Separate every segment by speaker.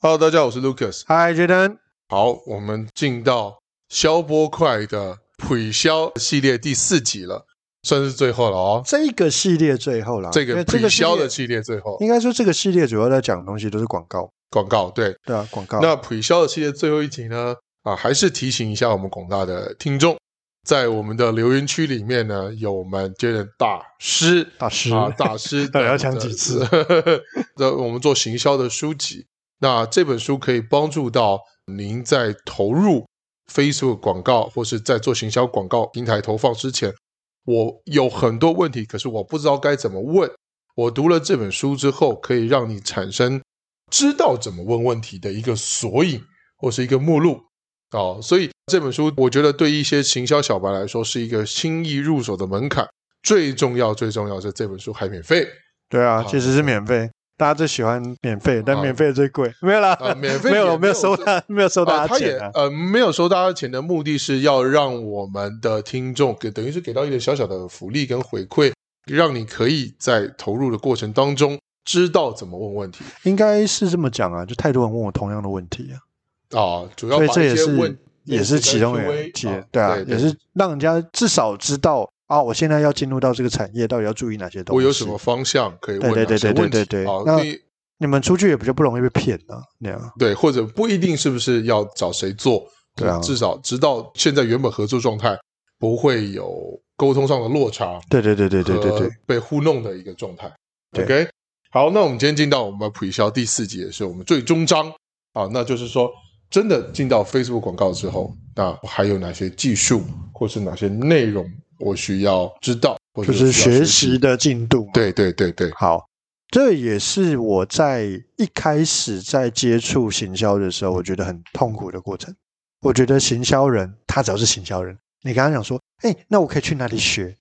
Speaker 1: Hello，大家好，我是 Lucas。
Speaker 2: 嗨，Jaden，
Speaker 1: 好，我们进到消波块的pre 消系列第四集了，算是最后了哦。
Speaker 2: 这个系列最后啦，
Speaker 1: 这
Speaker 2: 啊因
Speaker 1: 个
Speaker 2: 为这个
Speaker 1: pre
Speaker 2: 系
Speaker 1: 消
Speaker 2: 列
Speaker 1: 的系列最后
Speaker 2: 应该说这个系列主要在讲的东西都是广告，
Speaker 1: 广告，对，
Speaker 2: 对啊，广告。
Speaker 1: 那pre 消的系列最后一集呢，啊，还是提醒一下我们广大的听众，在我们的留言区里面呢，有我们 Jaden 大师
Speaker 2: 大师
Speaker 1: 啊，大师
Speaker 2: 到底要讲几 次？
Speaker 1: 那我们做行销的书籍，那这本书可以帮助到您在投入 Facebook 广告或是在做行销广告平台投放之前，我有很多问题，可是我不知道该怎么问。我读了这本书之后，可以让你产生知道怎么问问题的一个索引或是一个目录哦。所以这本书，我觉得对一些行销小白来说，是一个轻易入手的门槛。最重要，最重要是这本书还免费
Speaker 2: 对啊，
Speaker 1: 好
Speaker 2: 其实是免费，大家最喜欢免费，但
Speaker 1: 好
Speaker 2: 免费最贵，没有啦
Speaker 1: 啊，，免费
Speaker 2: 没有，
Speaker 1: 也
Speaker 2: 我没有收
Speaker 1: 这
Speaker 2: 他，没有收
Speaker 1: 啊，
Speaker 2: 大家
Speaker 1: 他也
Speaker 2: 钱啊，
Speaker 1: 呃没有收大家钱的目的是要让我们的听众给等于是给到一点小小的福利跟回馈，让你可以在投入的过程当中知道怎么问问题
Speaker 2: 应该是这么讲啊，就太多人问我同样的问题啊，
Speaker 1: 啊，主要
Speaker 2: 所以
Speaker 1: 把
Speaker 2: 这
Speaker 1: 一
Speaker 2: 也
Speaker 1: 些问
Speaker 2: 是也是其中
Speaker 1: 一
Speaker 2: 一
Speaker 1: 些
Speaker 2: 解
Speaker 1: Q&A，，
Speaker 2: 对啊，
Speaker 1: 对对
Speaker 2: 也是让人家至少知道啊，我现在要进入到这个产业，到底要注意哪些东西？
Speaker 1: 我有什么？方向可以问
Speaker 2: 对对
Speaker 1: 哪些
Speaker 2: 对对
Speaker 1: 问题
Speaker 2: 对对对
Speaker 1: 啊？
Speaker 2: 那
Speaker 1: 你
Speaker 2: 你们出去也比较不容易被骗啊，那样
Speaker 1: 对，或者不一定是不是要找谁做，
Speaker 2: 对啊
Speaker 1: 至少直到现在原本合作状态不会有沟通上的落差，
Speaker 2: 对对对对对对对
Speaker 1: 和，被糊弄的一个状态。
Speaker 2: 对
Speaker 1: OK，好，那我们今天进到我们的普销第四集，也是我们最终章啊，那就是说，真的进到 Facebook 广告之后，那还有哪些技术或是哪些内容我需要知道，或者
Speaker 2: 就是
Speaker 1: 需要
Speaker 2: 学
Speaker 1: 习
Speaker 2: 习？的进度嘛。
Speaker 1: 对对对对，
Speaker 2: 好，这也是我在一开始在接触行销的时候，我觉得很痛苦的过程。我觉得行销人，他只要是行销人，你跟他讲说，哎，那我可以去哪里学？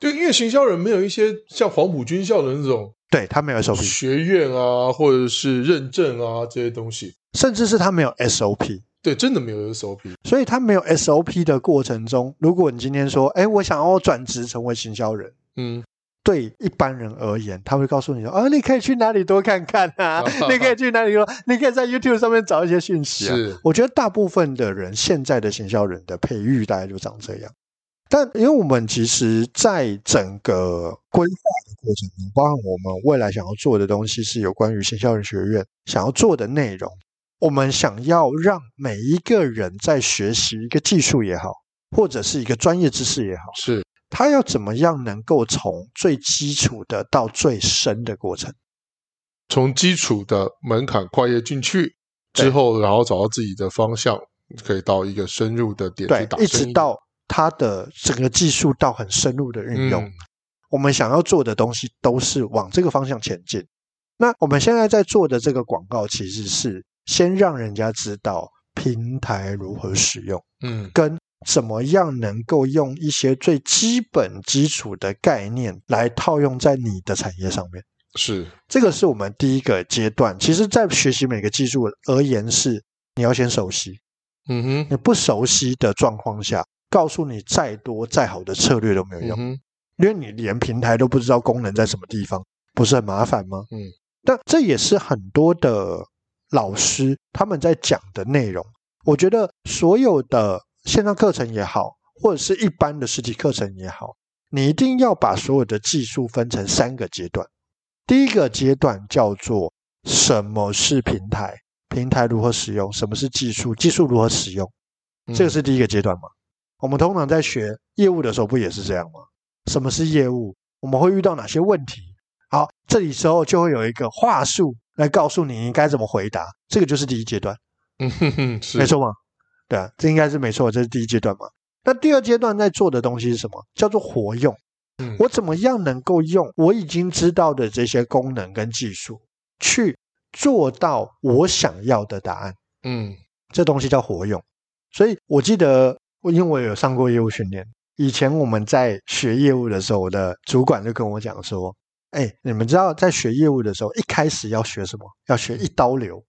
Speaker 1: 对，因为行销人没有一些像黄埔军校的那种
Speaker 2: 对他没有 SOP，
Speaker 1: 学院啊，或者是认证啊这些东西，
Speaker 2: 甚至是他没有 SOP，
Speaker 1: 对，真的没有 SOP。
Speaker 2: 所以他没有 SOP 的过程中，如果你今天说，哎，我想要转职成为行销人，
Speaker 1: 嗯，，
Speaker 2: 对一般人而言，他会告诉你说，啊，你可以去哪里多看看啊 你可以去哪里多，你可以在 YouTube 上面找一些讯息啊。
Speaker 1: 是
Speaker 2: 我觉得大部分的人现在的行销人的培育大概就长这样。但因为我们其实，在整个规划的过程中，包含我们未来想要做的东西是有关于行销人学院想要做的内容，我们想要让每一个人在学习一个技术也好，或者是一个专业知识也好，
Speaker 1: 是，
Speaker 2: 他要怎么样能够从最基础的到最深的过程。
Speaker 1: 从基础的门槛跨越进去之后，然后找到自己的方向，可以到一个深入的点去
Speaker 2: 对
Speaker 1: 打，
Speaker 2: 一
Speaker 1: 深
Speaker 2: 直到它的整个技术到很深入的运用，
Speaker 1: 嗯
Speaker 2: 我们想要做的东西都是往这个方向前进。那我们现在在做的这个广告，其实是先让人家知道平台如何使用，
Speaker 1: 嗯
Speaker 2: 跟怎么样能够用一些最基本基础的概念来套用在你的产业上面。
Speaker 1: 是
Speaker 2: 这个是我们第一个阶段。其实，在学习每个技术而言是，你要先熟悉。
Speaker 1: 嗯哼
Speaker 2: 你不熟悉的状况下，告诉你再多再好的策略都没有
Speaker 1: 嗯
Speaker 2: 用，
Speaker 1: 哼
Speaker 2: 因为你连平台都不知道功能在什么地方，不是很麻烦吗？
Speaker 1: 嗯，
Speaker 2: 但这也是很多的老师他们在讲的内容。我觉得所有的线上课程也好，或者是一般的实体课程也好，你一定要把所有的技术分成三个阶段。第一个阶段叫做什么是平台，平台如何使用，什么是技术，技术如何使用。
Speaker 1: 嗯
Speaker 2: 这个是第一个阶段嘛。我们通常在学业务的时候，不也是这样吗？什么是业务？我们会遇到哪些问题？好，这里时候就会有一个话术来告诉你应该怎么回答，这个就是第一阶段，
Speaker 1: 嗯哼哼是
Speaker 2: 没错吗？对啊，这应该是没错，这是第一阶段嘛。那第二阶段在做的东西是什么？叫做活用。
Speaker 1: 嗯
Speaker 2: 我怎么样能够用我已经知道的这些功能跟技术，去做到我想要的答案？
Speaker 1: 嗯
Speaker 2: 这东西叫活用。所以我记得，因为我有上过业务训练，以前我们在学业务的时候，我的主管就跟我讲说：“哎，你们知道在学业务的时候，一开始要学什么？要学一刀流。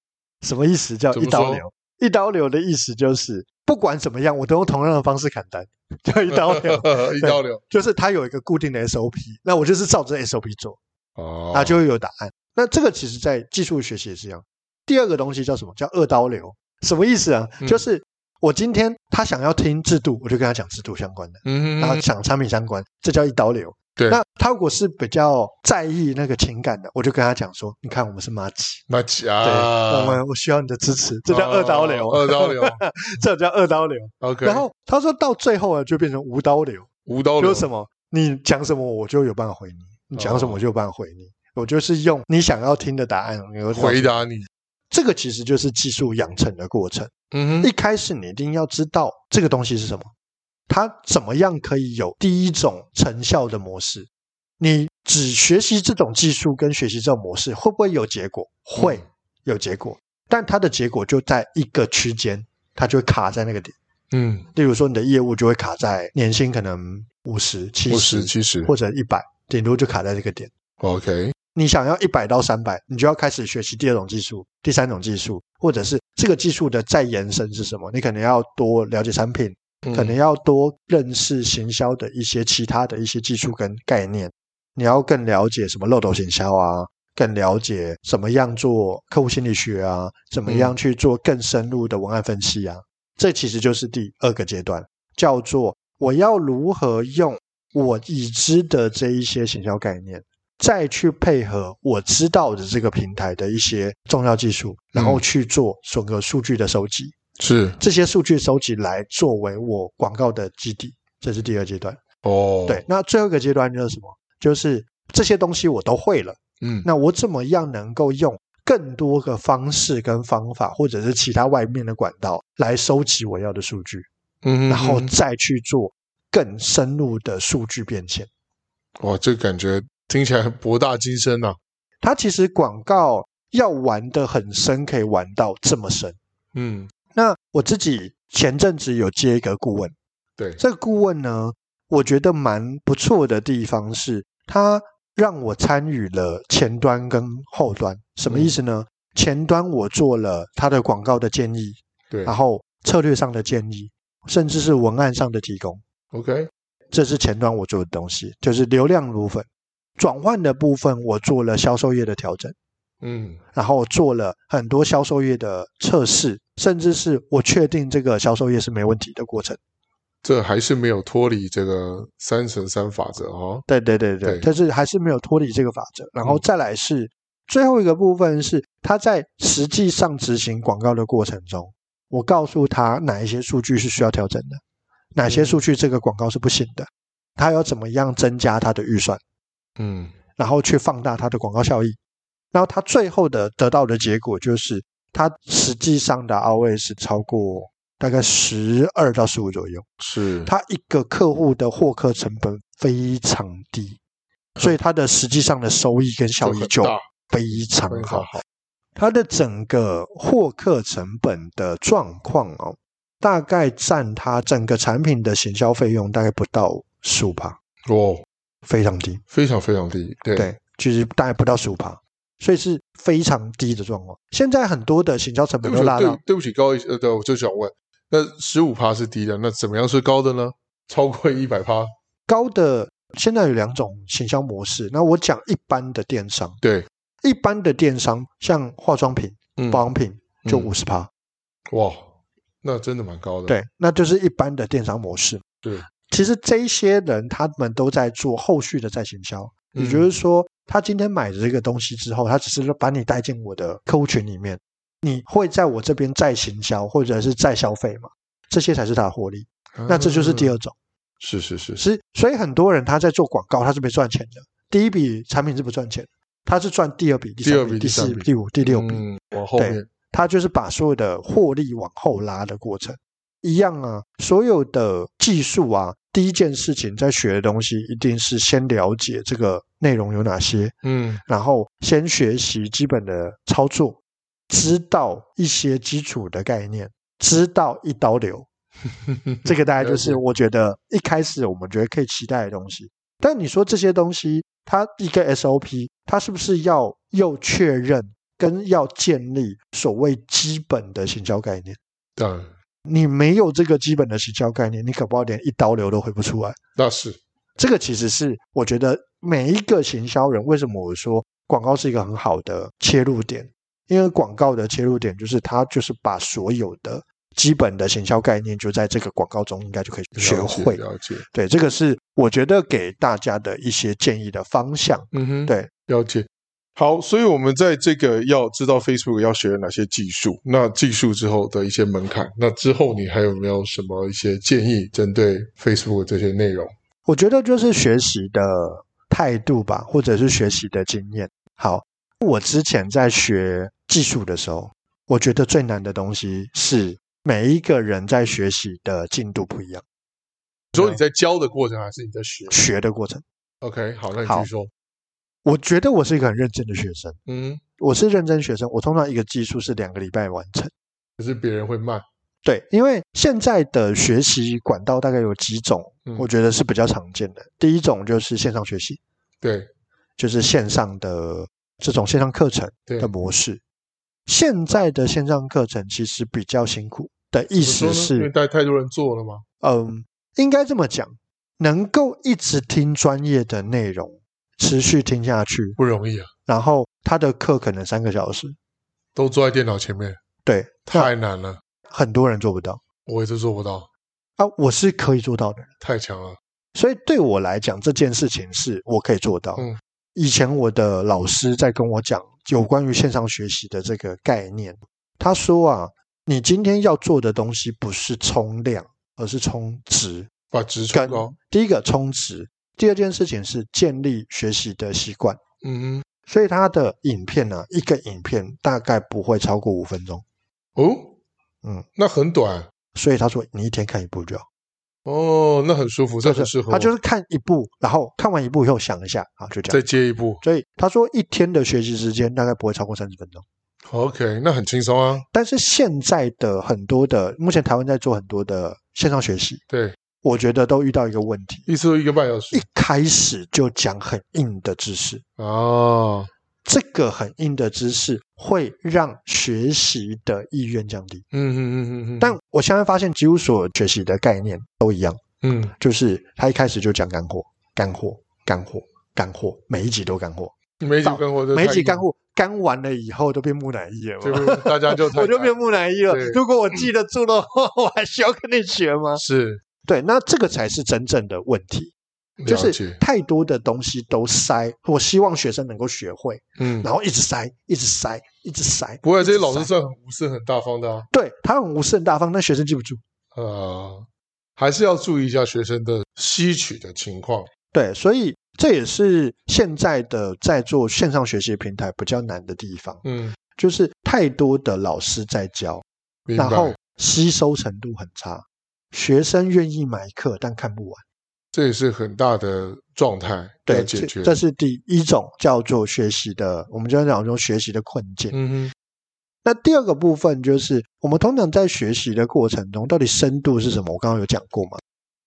Speaker 2: 什么意思？叫
Speaker 1: 怎
Speaker 2: 一
Speaker 1: 么说
Speaker 2: 刀流？一刀流的意思就是不管怎么样，我都用同样的方式砍单，叫一刀 流。
Speaker 1: 一刀流
Speaker 2: 就是它有一个固定的 SOP，那我就是照着 SOP 做。
Speaker 1: 哦
Speaker 2: 那就会有答案。那这个其实在技术学习也是一样。第二个东西叫什么？叫二刀流，什么意思啊？
Speaker 1: 嗯
Speaker 2: 就是我今天他想要听制度，我就跟他讲制度相关的，
Speaker 1: 嗯
Speaker 2: 然后讲产品相关，这叫一刀流。
Speaker 1: 对
Speaker 2: 那他如果是比较在意那个情感的，我就跟他讲说，你看我们是妈吉，
Speaker 1: 马吉
Speaker 2: 对，我
Speaker 1: 啊，
Speaker 2: 们我需要你的支持，这叫二刀流，
Speaker 1: 哦二刀 流
Speaker 2: 这叫二刀流。
Speaker 1: ，OK，
Speaker 2: 然后他说到最后啊，就变成无刀流，
Speaker 1: 无刀流
Speaker 2: 就是什么？你讲什么我就有办法回你，你讲
Speaker 1: 哦
Speaker 2: 什么我就有办法回你。我就是用你想要听的答案而
Speaker 1: 回。答你，
Speaker 2: 这个其实就是技术养成的过程。
Speaker 1: 嗯
Speaker 2: 一
Speaker 1: 哼，
Speaker 2: 开始你一定要知道这个东西是什么，它怎么样可以有第一种成效的模式。你只学习这种技术跟学习这种模式，会不会有结果？会
Speaker 1: 嗯
Speaker 2: 有结果，但它的结果就在一个区间，它就会卡在那个点。
Speaker 1: 嗯，
Speaker 2: 例如说，你的业务就会卡在年薪可能五十、七
Speaker 1: 五
Speaker 2: 十
Speaker 1: 十、七十
Speaker 2: 或者一百，顶多就卡在这个点。
Speaker 1: ，OK，
Speaker 2: 你想要一百到三百，你就要开始学习第二种技术、第三种技术，或者是这个技术的再延伸是什么？你可能要多了解产品，
Speaker 1: 嗯
Speaker 2: 可能要多认识行销的一些其他的一些技术跟概念，你要更了解什么漏斗行销啊，更了解怎么样做客户心理学啊，怎么样去做更深入的文案分析啊。这其实就是第二个阶段，叫做我要如何用我已知的这一些行销概念，再去配合我知道的这个平台的一些重要技术，然后去做整个数据的收集。
Speaker 1: 是
Speaker 2: 这些数据收集来作为我广告的基底，这是第二阶段。
Speaker 1: 哦，
Speaker 2: 对，，那最后一个阶段就是什么？就是这些东西我都会了，
Speaker 1: 嗯，
Speaker 2: 那我怎么样能够用更多个方式跟方法，或者是其他外面的管道来收集我要的数据，
Speaker 1: 嗯哼，
Speaker 2: 然后
Speaker 1: 嗯
Speaker 2: 再去做更深入的数据变现。
Speaker 1: 哼哇，这感觉听起来很博大精深啊呐，
Speaker 2: 它其实广告要玩的很深，可以玩到这么深。
Speaker 1: 嗯，
Speaker 2: 那我自己前阵子有接一个顾问。
Speaker 1: 对，
Speaker 2: 这个顾问呢，我觉得蛮不错的地方是，他让我参与了前端跟后端。什么意思呢？前端我做了他的广告的建议，
Speaker 1: 对
Speaker 2: 然后策略上的建议，甚至是文案上的提供，
Speaker 1: ，OK，
Speaker 2: 这是前端我做的东西，就是流量如粉。转换的部分，我做了销售业的调整。
Speaker 1: 嗯，
Speaker 2: 然后做了很多销售业的测试，甚至是我确定这个销售业是没问题的过程。
Speaker 1: 这还是没有脱离这个三乘三法则哦，
Speaker 2: 对对对
Speaker 1: 对
Speaker 2: 对，但是还是没有脱离这个法则。然后再来是、最后一个部分是他在实际上执行广告的过程中，我告诉他哪一些数据是需要调整的，哪些数据这个广告是不行的，他要怎么样增加他的预算，
Speaker 1: 嗯，
Speaker 2: 然后去放大他的广告效益。然后他最后的得到的结果就是，他实际上的 ROI 是超过大概十二到十五左右。
Speaker 1: 是，
Speaker 2: 他一个客户的获客成本非常低，所以他的实际上的收益跟效益就
Speaker 1: 很大
Speaker 2: 非常
Speaker 1: 非常
Speaker 2: 好。它的整个获客成本的状况哦，大概占它整个产品的行销费用大概不到十五趴，
Speaker 1: 哦，
Speaker 2: 非常低。
Speaker 1: 非常非常低，对，
Speaker 2: 对，其实大概不到十五趴，所以是非常低的状况。现在很多的行销成
Speaker 1: 对
Speaker 2: 本
Speaker 1: 不
Speaker 2: 都
Speaker 1: 起，
Speaker 2: 拉
Speaker 1: 对
Speaker 2: 到，
Speaker 1: 对不起，高一，呃，对，我就想问，那十五趴是低的，那怎么样是高的呢？超过一百趴，
Speaker 2: 高的。现在有两种行销模式，那我讲一般的电商，
Speaker 1: 对，
Speaker 2: 一般的电商像化妆品、
Speaker 1: 嗯，
Speaker 2: 保养品就
Speaker 1: 嗯
Speaker 2: 五十趴，
Speaker 1: 哇，那真的蛮高的，，
Speaker 2: 对，那就是一般的电商模式。
Speaker 1: 对，
Speaker 2: 其实这一些人他们都在做后续的再行销，
Speaker 1: 嗯
Speaker 2: 也就是说，他今天买了这个东西之后，他只是把你带进我的客户群里面，你会在我这边再行销或者是再消费嘛？这些才是他的获利。那这就是第
Speaker 1: 啊，
Speaker 2: 二种，
Speaker 1: 是是是，
Speaker 2: 是所以很多人他在做广告，他是没赚钱的。第一笔产品是不赚钱的，他是赚第二笔、第
Speaker 1: 第二
Speaker 2: 三
Speaker 1: 笔
Speaker 2: 笔、
Speaker 1: 第
Speaker 2: 第
Speaker 1: 三
Speaker 2: 四
Speaker 1: 笔
Speaker 2: 笔、第五、第六笔。
Speaker 1: 嗯，往后
Speaker 2: 对
Speaker 1: 面，
Speaker 2: 它就是把所有的获利往后拉的过程。一样啊，所有的技术啊，第一件事情在学的东西，一定是先了解这个内容有哪些，
Speaker 1: 嗯
Speaker 2: 然后先学习基本的操作，知道一些基础的概念，知道一刀 流。这个大概就
Speaker 1: 了
Speaker 2: 是
Speaker 1: 解
Speaker 2: 我觉得一开始我们觉得可以期待的东西。但你说这些东西，它一个 SOP，它是不是要又确认跟要建立所谓基本的行销概念？
Speaker 1: 当然
Speaker 2: 你没有这个基本的行销概念，你搞不好连一刀流都回不出来。
Speaker 1: 那是，
Speaker 2: 这个其实是我觉得每一个行销人，为什么我说广告是一个很好的切入点，因为广告的切入点就是它就是把所有的基本的行销概念就在这个广告中应该就可以学
Speaker 1: 了解
Speaker 2: 会。
Speaker 1: 了解，
Speaker 2: 对，这个是我觉得给大家的一些建议的方向。
Speaker 1: 嗯哼，
Speaker 2: 对，
Speaker 1: 了解。好，所以我们在这个要知道 Facebook 要学哪些技术，那技术之后的一些门槛，那之后你还有没有什么一些建议针对 Facebook 这些内容？
Speaker 2: 我觉得就是学习的态度吧，或者是学习的经验。好，我之前在学技术的时候，我觉得最难的东西是每一个人在学习的进度不一样，
Speaker 1: 你说你在教的过程，还是你在学
Speaker 2: 学的过程。
Speaker 1: ？OK，好，那你继
Speaker 2: 好
Speaker 1: 续说。
Speaker 2: 我觉得我是一个很认真的学生，
Speaker 1: 嗯，
Speaker 2: 我是认真学生。我通常一个技术是两个礼拜完成。
Speaker 1: 可是别人会慢。
Speaker 2: 对，因为现在的学习管道大概有几种，
Speaker 1: 嗯
Speaker 2: 我觉得是比较常见的。第一种就是线上学习，
Speaker 1: 对
Speaker 2: 就是线上的这种线上课程
Speaker 1: 对，
Speaker 2: 的模式。现在的线上课程其实比较辛苦的意
Speaker 1: 怎么说
Speaker 2: 思
Speaker 1: 呢因为
Speaker 2: 是，
Speaker 1: 太太多人做了嘛。
Speaker 2: 嗯，应该这么讲，能够一直听专业的内容，持续听下去，
Speaker 1: 不容易啊，
Speaker 2: 然后他的课可能三个小时，
Speaker 1: 都坐在电脑前面，
Speaker 2: 对，那
Speaker 1: 太难了，
Speaker 2: 很多人做不到
Speaker 1: 我也是做不到，
Speaker 2: 啊，我是可以做到的人，
Speaker 1: 太强了。
Speaker 2: 所以对我来讲这件事情是我可以做到。
Speaker 1: 嗯
Speaker 2: 以前我的老师在跟我讲有关于线上学习的这个概念，他说啊，你今天要做的东西不是冲量，而是充值。
Speaker 1: 把值冲哦
Speaker 2: 跟
Speaker 1: 高，
Speaker 2: 第一个充值，第二件事情是建立学习的习惯。
Speaker 1: 嗯
Speaker 2: 所以他的影片呢、一个影片大概不会超过五分钟，
Speaker 1: 哼，哦，
Speaker 2: 嗯，
Speaker 1: 那很短
Speaker 2: 所以他说你一天看一部就好，
Speaker 1: 哦，那很舒服，这
Speaker 2: 就
Speaker 1: 很
Speaker 2: 是
Speaker 1: 适合我。
Speaker 2: 他就是看一部，然后看完一部以后想一下啊，就这
Speaker 1: 再
Speaker 2: 样。
Speaker 1: 接一步
Speaker 2: 所以他说一天的学习时间大概不会超过三十分钟。
Speaker 1: ，OK，那很轻松啊。
Speaker 2: 但是现在的很多的，目前台湾在做很多的线上学习，
Speaker 1: 对，
Speaker 2: 我觉得都遇到一个问题，
Speaker 1: 一次都一个半小时
Speaker 2: 一开始就讲很硬的知识，
Speaker 1: 啊，
Speaker 2: 这个很硬的知识会让学习的意愿降低。
Speaker 1: 嗯嗯嗯嗯嗯，
Speaker 2: 但我现在发现，几乎所有学习的概念都一样，
Speaker 1: 嗯，
Speaker 2: 就是他一开始就讲干货，干货，干货，干货，每一集都干货，
Speaker 1: 每一集干货，
Speaker 2: 每一集干，货，干完了以后都变木乃伊了嘛。
Speaker 1: 这个大家就太
Speaker 2: 我就变木乃伊了
Speaker 1: 对。嗯
Speaker 2: 如果我记得住的话，我还需要跟你学吗？
Speaker 1: 是
Speaker 2: 对，那这个才是真正的问题，就
Speaker 1: 了
Speaker 2: 是
Speaker 1: 解，
Speaker 2: 太多的东西都塞。我希望学生能够学会，
Speaker 1: 嗯，
Speaker 2: 然后一直塞，一直塞，一直塞。
Speaker 1: 不过这些
Speaker 2: 一直
Speaker 1: 老
Speaker 2: 塞
Speaker 1: 师算很无私、很大方的啊，
Speaker 2: 对他很无视、很大方，但学生记不住。
Speaker 1: 呃，还是要注意一下学生的吸取的情况。
Speaker 2: 对，所以这也是现在的在做线上学习平台比较难的地方，
Speaker 1: 嗯，
Speaker 2: 就是太多的老师在教，
Speaker 1: 明
Speaker 2: 然后
Speaker 1: 白，
Speaker 2: 吸收程度很差，学生愿意买课但看不完。
Speaker 1: 这也是很大的状态要
Speaker 2: 对，
Speaker 1: 解
Speaker 2: 这
Speaker 1: 决。
Speaker 2: 这是第一种叫做学习的，我们就讲说学习的困境。
Speaker 1: 嗯哼，
Speaker 2: 那第二个部分就是，我们通常在学习的过程中，到底深度是什么？我刚刚有讲过嘛，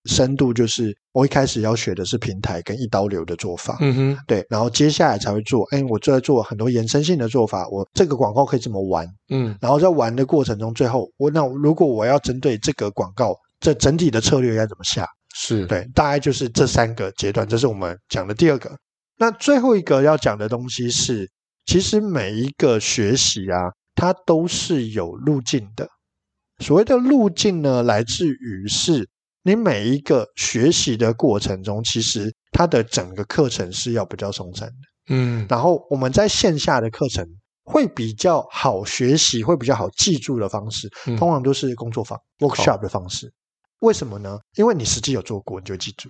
Speaker 2: 深度就是我一开始要学的是平台跟一刀流的做法，
Speaker 1: 嗯哼，
Speaker 2: 对，然后接下来才会做，哎，我就在做很多延伸性的做法，我这个广告可以怎么玩？
Speaker 1: 嗯，
Speaker 2: 然后在玩的过程中，最后我那如果我要针对这个广告，这整体的策略该怎么下？
Speaker 1: 是，
Speaker 2: 对，大概就是这三个阶段，这是我们讲的第二个。那最后一个要讲的东西是，其实每一个学习啊，它都是有路径的。所谓的路径呢，来自于是你每一个学习的过程中，其实它的整个课程是要比较松散的。
Speaker 1: 嗯，
Speaker 2: 然后我们在线下的课程会比较好学习，会比较好记住的方式，
Speaker 1: 嗯
Speaker 2: 通常都是工作坊、workshop 的方式。为什么呢？因为你实际有做过，你就会记住。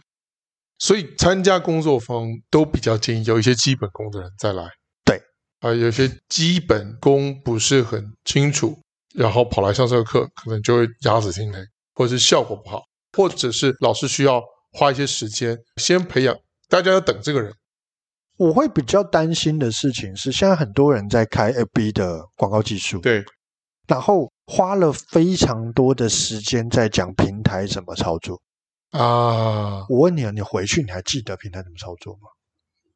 Speaker 1: 所以参加工作坊都比较建议有一些基本功的人再来。
Speaker 2: 对，
Speaker 1: 啊、有些基本功不是很清楚，然后跑来上这个课，可能就会鸭子听雷，或者是效果不好，或者是老师需要花一些时间先培养，大家要等这个人。
Speaker 2: 我会比较担心的事情是，现在很多人在开 FB 的广告技术，
Speaker 1: 对，
Speaker 2: 然后花了非常多的时间在讲平台怎么操作。
Speaker 1: 啊，
Speaker 2: 我问你啊，你回去你还记得平台怎么操作吗？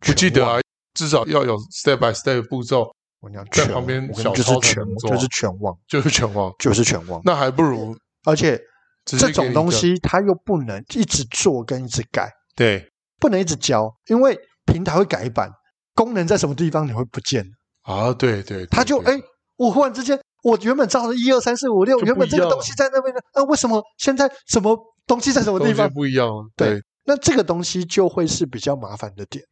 Speaker 1: 不记
Speaker 2: 全
Speaker 1: 得
Speaker 2: 忘
Speaker 1: 啊，至少要有 step by step 步骤，
Speaker 2: 我讲
Speaker 1: 在
Speaker 2: 全
Speaker 1: 旁边
Speaker 2: 我跟你
Speaker 1: 小
Speaker 2: 讲就是
Speaker 1: 抄才
Speaker 2: 全
Speaker 1: 能做
Speaker 2: 就是全忘，
Speaker 1: 就是全忘。
Speaker 2: 就是全忘。
Speaker 1: 那还不如
Speaker 2: 而且
Speaker 1: 直接给
Speaker 2: 这
Speaker 1: 你
Speaker 2: 种
Speaker 1: 一
Speaker 2: 东
Speaker 1: 个，
Speaker 2: 西它又不能一直做跟一直改，
Speaker 1: 对
Speaker 2: 不能一直教，因为平台会改版，功能在什么地方你会不见。
Speaker 1: 啊，对对，对
Speaker 2: 他就
Speaker 1: 对
Speaker 2: 哎，我忽然之间，我原本照着一二三四五六，
Speaker 1: 就不
Speaker 2: 原本这
Speaker 1: 一
Speaker 2: 个
Speaker 1: 样
Speaker 2: 东西在那边的，那、为什么现在什么东西在什么地
Speaker 1: 东西
Speaker 2: 方？
Speaker 1: 不一样了。
Speaker 2: 对，那这个东西就会是比较麻烦的点。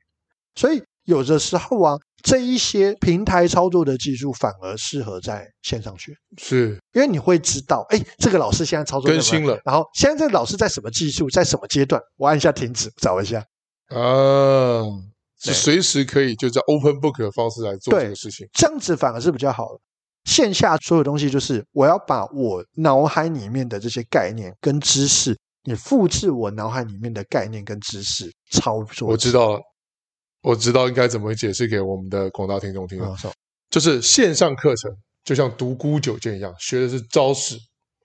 Speaker 2: 所以有的时候啊，这一些平台操作的技术反而适合在线上学，
Speaker 1: 是
Speaker 2: 因为你会知道，哎，这个老师现在操作
Speaker 1: 更
Speaker 2: 什么
Speaker 1: 新了
Speaker 2: 然后现在这个老师在什么技术，在什么阶段，我按一下停止，找一下。
Speaker 1: 啊，是
Speaker 2: 对
Speaker 1: 随时可以就在 open book 的方式来做
Speaker 2: 对
Speaker 1: 这个事情。
Speaker 2: 这样子反而是比较好的。线下所有东西就是我要把我脑海里面的这些概念跟知识，你复制我脑海里面的概念跟知识操作。
Speaker 1: 我知道了，我知道应该怎么解释给我们的广大听众听了。
Speaker 2: 嗯，
Speaker 1: 就是线上课程就像独孤九剑一样，学的是招式，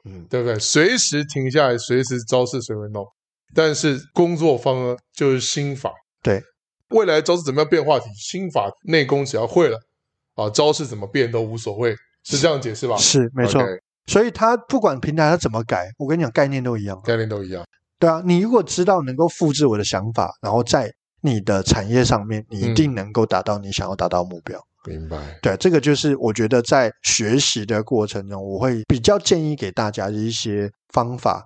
Speaker 2: 嗯，
Speaker 1: 对不对？随时停下来，随时招式随便弄。但是工作方呢，就是心法。
Speaker 2: 对，
Speaker 1: 未来招式怎么样变化体，心法内功只要会了，啊，招式怎么变都无所谓，是这样解释吧？
Speaker 2: 是没错。
Speaker 1: 啊 OK，
Speaker 2: 所以它不管平台它怎么改，我跟你讲概念都一样。
Speaker 1: 概念都一样。
Speaker 2: 对啊，你如果知道能够复制我的想法，然后在你的产业上面，你一
Speaker 1: 嗯
Speaker 2: 定能够达到你想要达到的目标。
Speaker 1: 明白。
Speaker 2: 对，这个就是我觉得在学习的过程中，我会比较建议给大家的一些方法。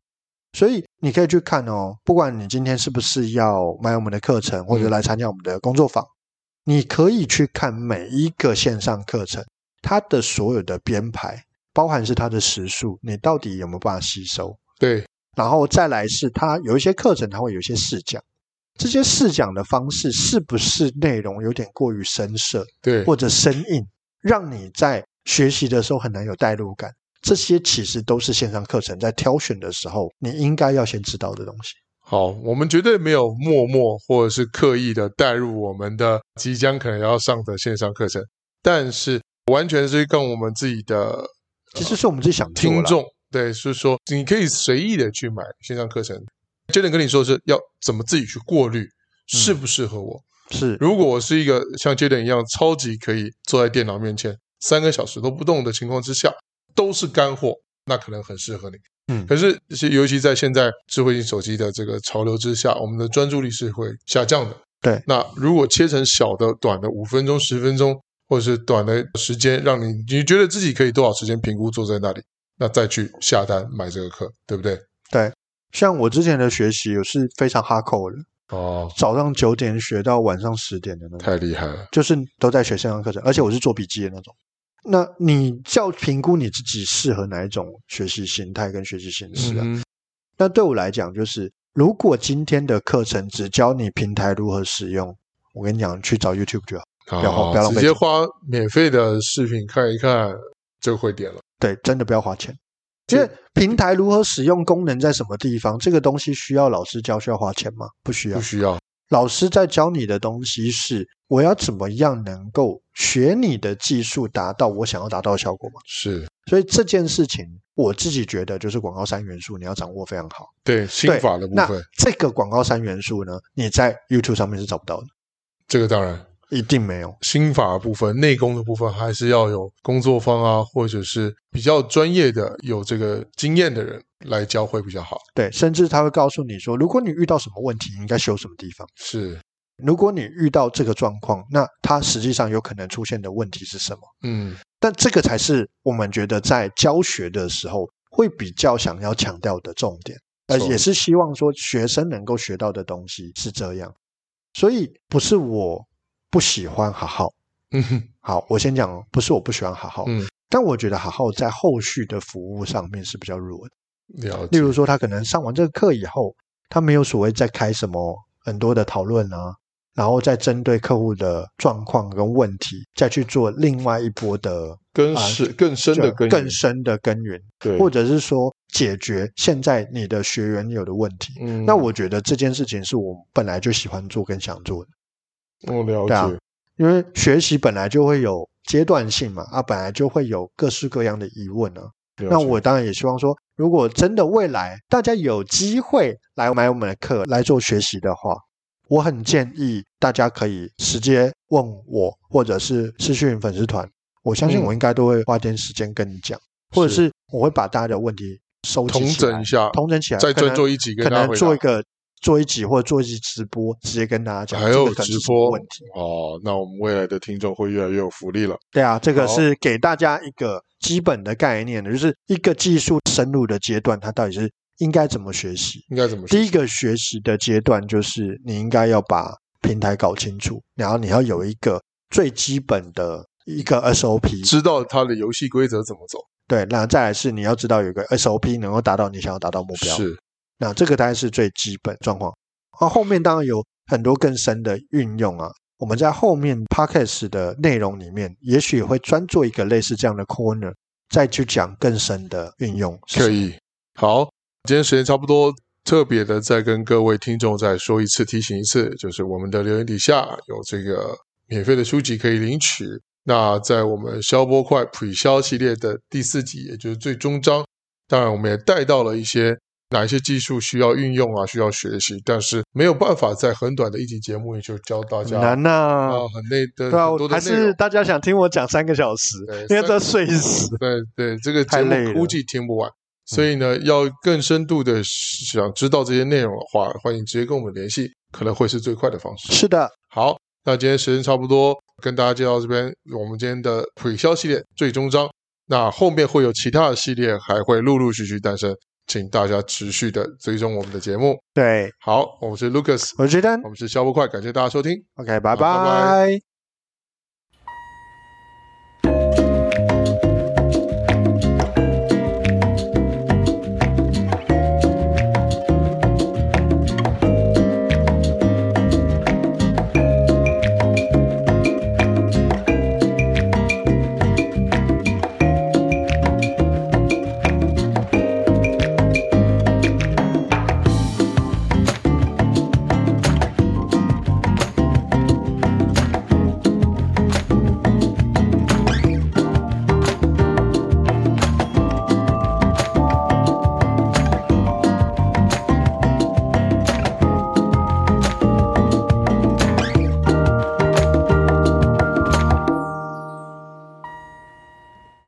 Speaker 2: 所以你可以去看哦，不管你今天是不是要买我们的课程，或者
Speaker 1: 嗯
Speaker 2: 来参加我们的工作坊，你可以去看每一个线上课程它的所有的编排，包含是它的时数，你到底有没有办法吸收？
Speaker 1: 对，
Speaker 2: 然后再来是它有一些课程，它会有一些试讲，这些试讲的方式是不是内容有点过于深涩？
Speaker 1: 对，
Speaker 2: 或者生硬，让你在学习的时候很难有代入感。这些其实都是线上课程在挑选的时候，你应该要先知道的东西。
Speaker 1: 好，我们绝对没有默默或者是刻意的带入我们的即将可能要上的线上课程，但是完全是跟我们自己的
Speaker 2: 其实是我们自己想做
Speaker 1: 哦
Speaker 2: 啦
Speaker 1: 听，众，对，是说你可以随意的去买线上课程。Jaden 跟你说是要怎么自己去过滤适不适合我。
Speaker 2: 是
Speaker 1: 如果我是一个像 Jaden 一样超级可以坐在电脑面前三个小时都不动的情况之下，都是干货，那可能很适合你。
Speaker 2: 嗯
Speaker 1: 可是是尤其在现在智慧型手机的这个潮流之下，我们的专注力是会下降的。
Speaker 2: 对
Speaker 1: 那如果切成小的、短的，五分钟、十分钟，或者是短的时间，让你你觉得自己可以多少时间评估坐在那里，那再去下单买这个课，对不对？
Speaker 2: 像我之前的学习，我是非常哈扣的，
Speaker 1: 哦，
Speaker 2: 早上九点学到晚上十点的那种，
Speaker 1: 太厉害了，
Speaker 2: 就是都在学线上课程，而且我是做笔记的那种。那你要评估你自己适合哪一种学习形态跟学习形式啊？
Speaker 1: 嗯哼
Speaker 2: 那对我来讲，就是如果今天的课程只教你平台如何使用，我跟你讲，去找 YouTube 就好。
Speaker 1: 好，
Speaker 2: 要花不要浪费
Speaker 1: 哦直接
Speaker 2: 钱
Speaker 1: 花免费的视频看一看就会点了。
Speaker 2: 对，真的不要花钱，因为平台如何使用功能在什么地方，这个东西需要老师教，需要花钱吗？不需要
Speaker 1: 不。需要，
Speaker 2: 老师在教你的东西是我要怎么样能够学你的技术，达到我想要达到的效果嘛？
Speaker 1: 是
Speaker 2: 所以这件事情，我自己觉得就是广告三元素，你要掌握非常好。
Speaker 1: 对心
Speaker 2: 对
Speaker 1: 法的部
Speaker 2: 那
Speaker 1: 分，
Speaker 2: 这个广告三元素呢，你在 YouTube 上面是找不到的，
Speaker 1: 这个当然
Speaker 2: 一定没有。
Speaker 1: 心法的部分、内功的部分，还是要有工作方啊，或者是比较专业的、有这个经验的人来教会比较好。
Speaker 2: 对，甚至他会告诉你说，如果你遇到什么问题，你应该修什么地方。
Speaker 1: 是，
Speaker 2: 如果你遇到这个状况，那它实际上有可能出现的问题是什么？
Speaker 1: 嗯，
Speaker 2: 但这个才是我们觉得在教学的时候会比较想要强调的重点，呃，
Speaker 1: 错
Speaker 2: 也是希望说学生能够学到的东西是这样。所以不是我不喜欢好好，
Speaker 1: 嗯哼，
Speaker 2: 好，我先讲哦，不是我不喜欢好好，
Speaker 1: 嗯
Speaker 2: 但我觉得好好在后续的服务上面是比较弱的。
Speaker 1: 了
Speaker 2: 例
Speaker 1: 解。
Speaker 2: 如说，他可能上完这个课以后，他没有所谓在开什么很多的讨论啊，然后再针对客户的状况跟问题，再去做另外一波的
Speaker 1: 更
Speaker 2: 啊
Speaker 1: 是更深的
Speaker 2: 就
Speaker 1: 更
Speaker 2: 更深的耕耘，
Speaker 1: 对，
Speaker 2: 或者是说解决现在你的学员有的问题。
Speaker 1: 嗯，
Speaker 2: 那我觉得这件事情是我本来就喜欢做跟想做的，
Speaker 1: 我嗯了
Speaker 2: 对啊
Speaker 1: 解，
Speaker 2: 因为学习本来就会有阶段性嘛，啊，本来就会有各式各样的疑问啊。
Speaker 1: 了
Speaker 2: 那
Speaker 1: 解
Speaker 2: 我当然也希望说，如果真的未来大家有机会来买我们的课来做学习的话，我很建议大家可以直接问我，或者是私讯粉丝团。我相信
Speaker 1: 嗯
Speaker 2: 我应该都会花点时间跟你讲，或者
Speaker 1: 是
Speaker 2: 是我会把大家的问题收集
Speaker 1: 同
Speaker 2: 起来
Speaker 1: 整一下，
Speaker 2: 同整起来，
Speaker 1: 再
Speaker 2: 可能
Speaker 1: 专做一集跟
Speaker 2: 可
Speaker 1: 大家
Speaker 2: 能
Speaker 1: 回答
Speaker 2: 做一。个做一集或者做一集直播，直接跟大家讲。
Speaker 1: 还
Speaker 2: 这
Speaker 1: 有
Speaker 2: 个可能
Speaker 1: 直
Speaker 2: 是什么
Speaker 1: 播
Speaker 2: 问题，
Speaker 1: 哦，那我们未来的听众会越来越有福利了。
Speaker 2: 对啊，这个
Speaker 1: 好
Speaker 2: 是给大家一个基本的概念的，就是一个技术深入的阶段，它到底是应该怎么学习。
Speaker 1: 应该怎么说？
Speaker 2: 第一个学习的阶段就是你应该要把平台搞清楚，然后你要有一个最基本的一个 SOP，
Speaker 1: 知道它的游戏规则怎么走？
Speaker 2: 对，那再来是你要知道有一个 SOP 能够达到你想要达到目标，
Speaker 1: 是
Speaker 2: 那这个大概是最基本状况。那后面当然有很多更深的运用啊。我们在后面 podcast 的内容里面，也许也会专做一个类似这样的 corner，再去讲更深的运用。
Speaker 1: 可，以。好，今天时间差不多，特别的再跟各位听众再说一次，提醒一次，就是我们的留言底下有这个免费的书籍可以领取。那在我们消波快 pre 消系列的第四集，也就是最终章，当然我们也带到了一些哪一些技术需要运用啊，需要学习，但是没有办法在很短的一集节目里就教大
Speaker 2: 很
Speaker 1: 家
Speaker 2: 难呐、
Speaker 1: 啊很内的
Speaker 2: 对啊
Speaker 1: 很多，的
Speaker 2: 还
Speaker 1: 内容
Speaker 2: 是。大家想听我讲三个小时，
Speaker 1: 对
Speaker 2: 因为
Speaker 1: 三
Speaker 2: 这睡死。
Speaker 1: 对对，这个节
Speaker 2: 太累
Speaker 1: 目
Speaker 2: 了嗯
Speaker 1: 估计听不完，所以呢，要更深度的想知道这些内容的话，欢迎直接跟我们联系，可能会是最快的方式。
Speaker 2: 是的，
Speaker 1: 好，那今天时间差不多，跟大家介绍这边我们今天的 pre 销系列最终章，那后面会有其他的系列还会陆陆续续诞生，请大家持续的追踪我们的节目。
Speaker 2: 对，
Speaker 1: 好，我们是 Lucas，
Speaker 2: 我是 Jaden
Speaker 1: 我们是消波快，感谢大家收听。
Speaker 2: OK，
Speaker 1: 好拜
Speaker 2: 拜拜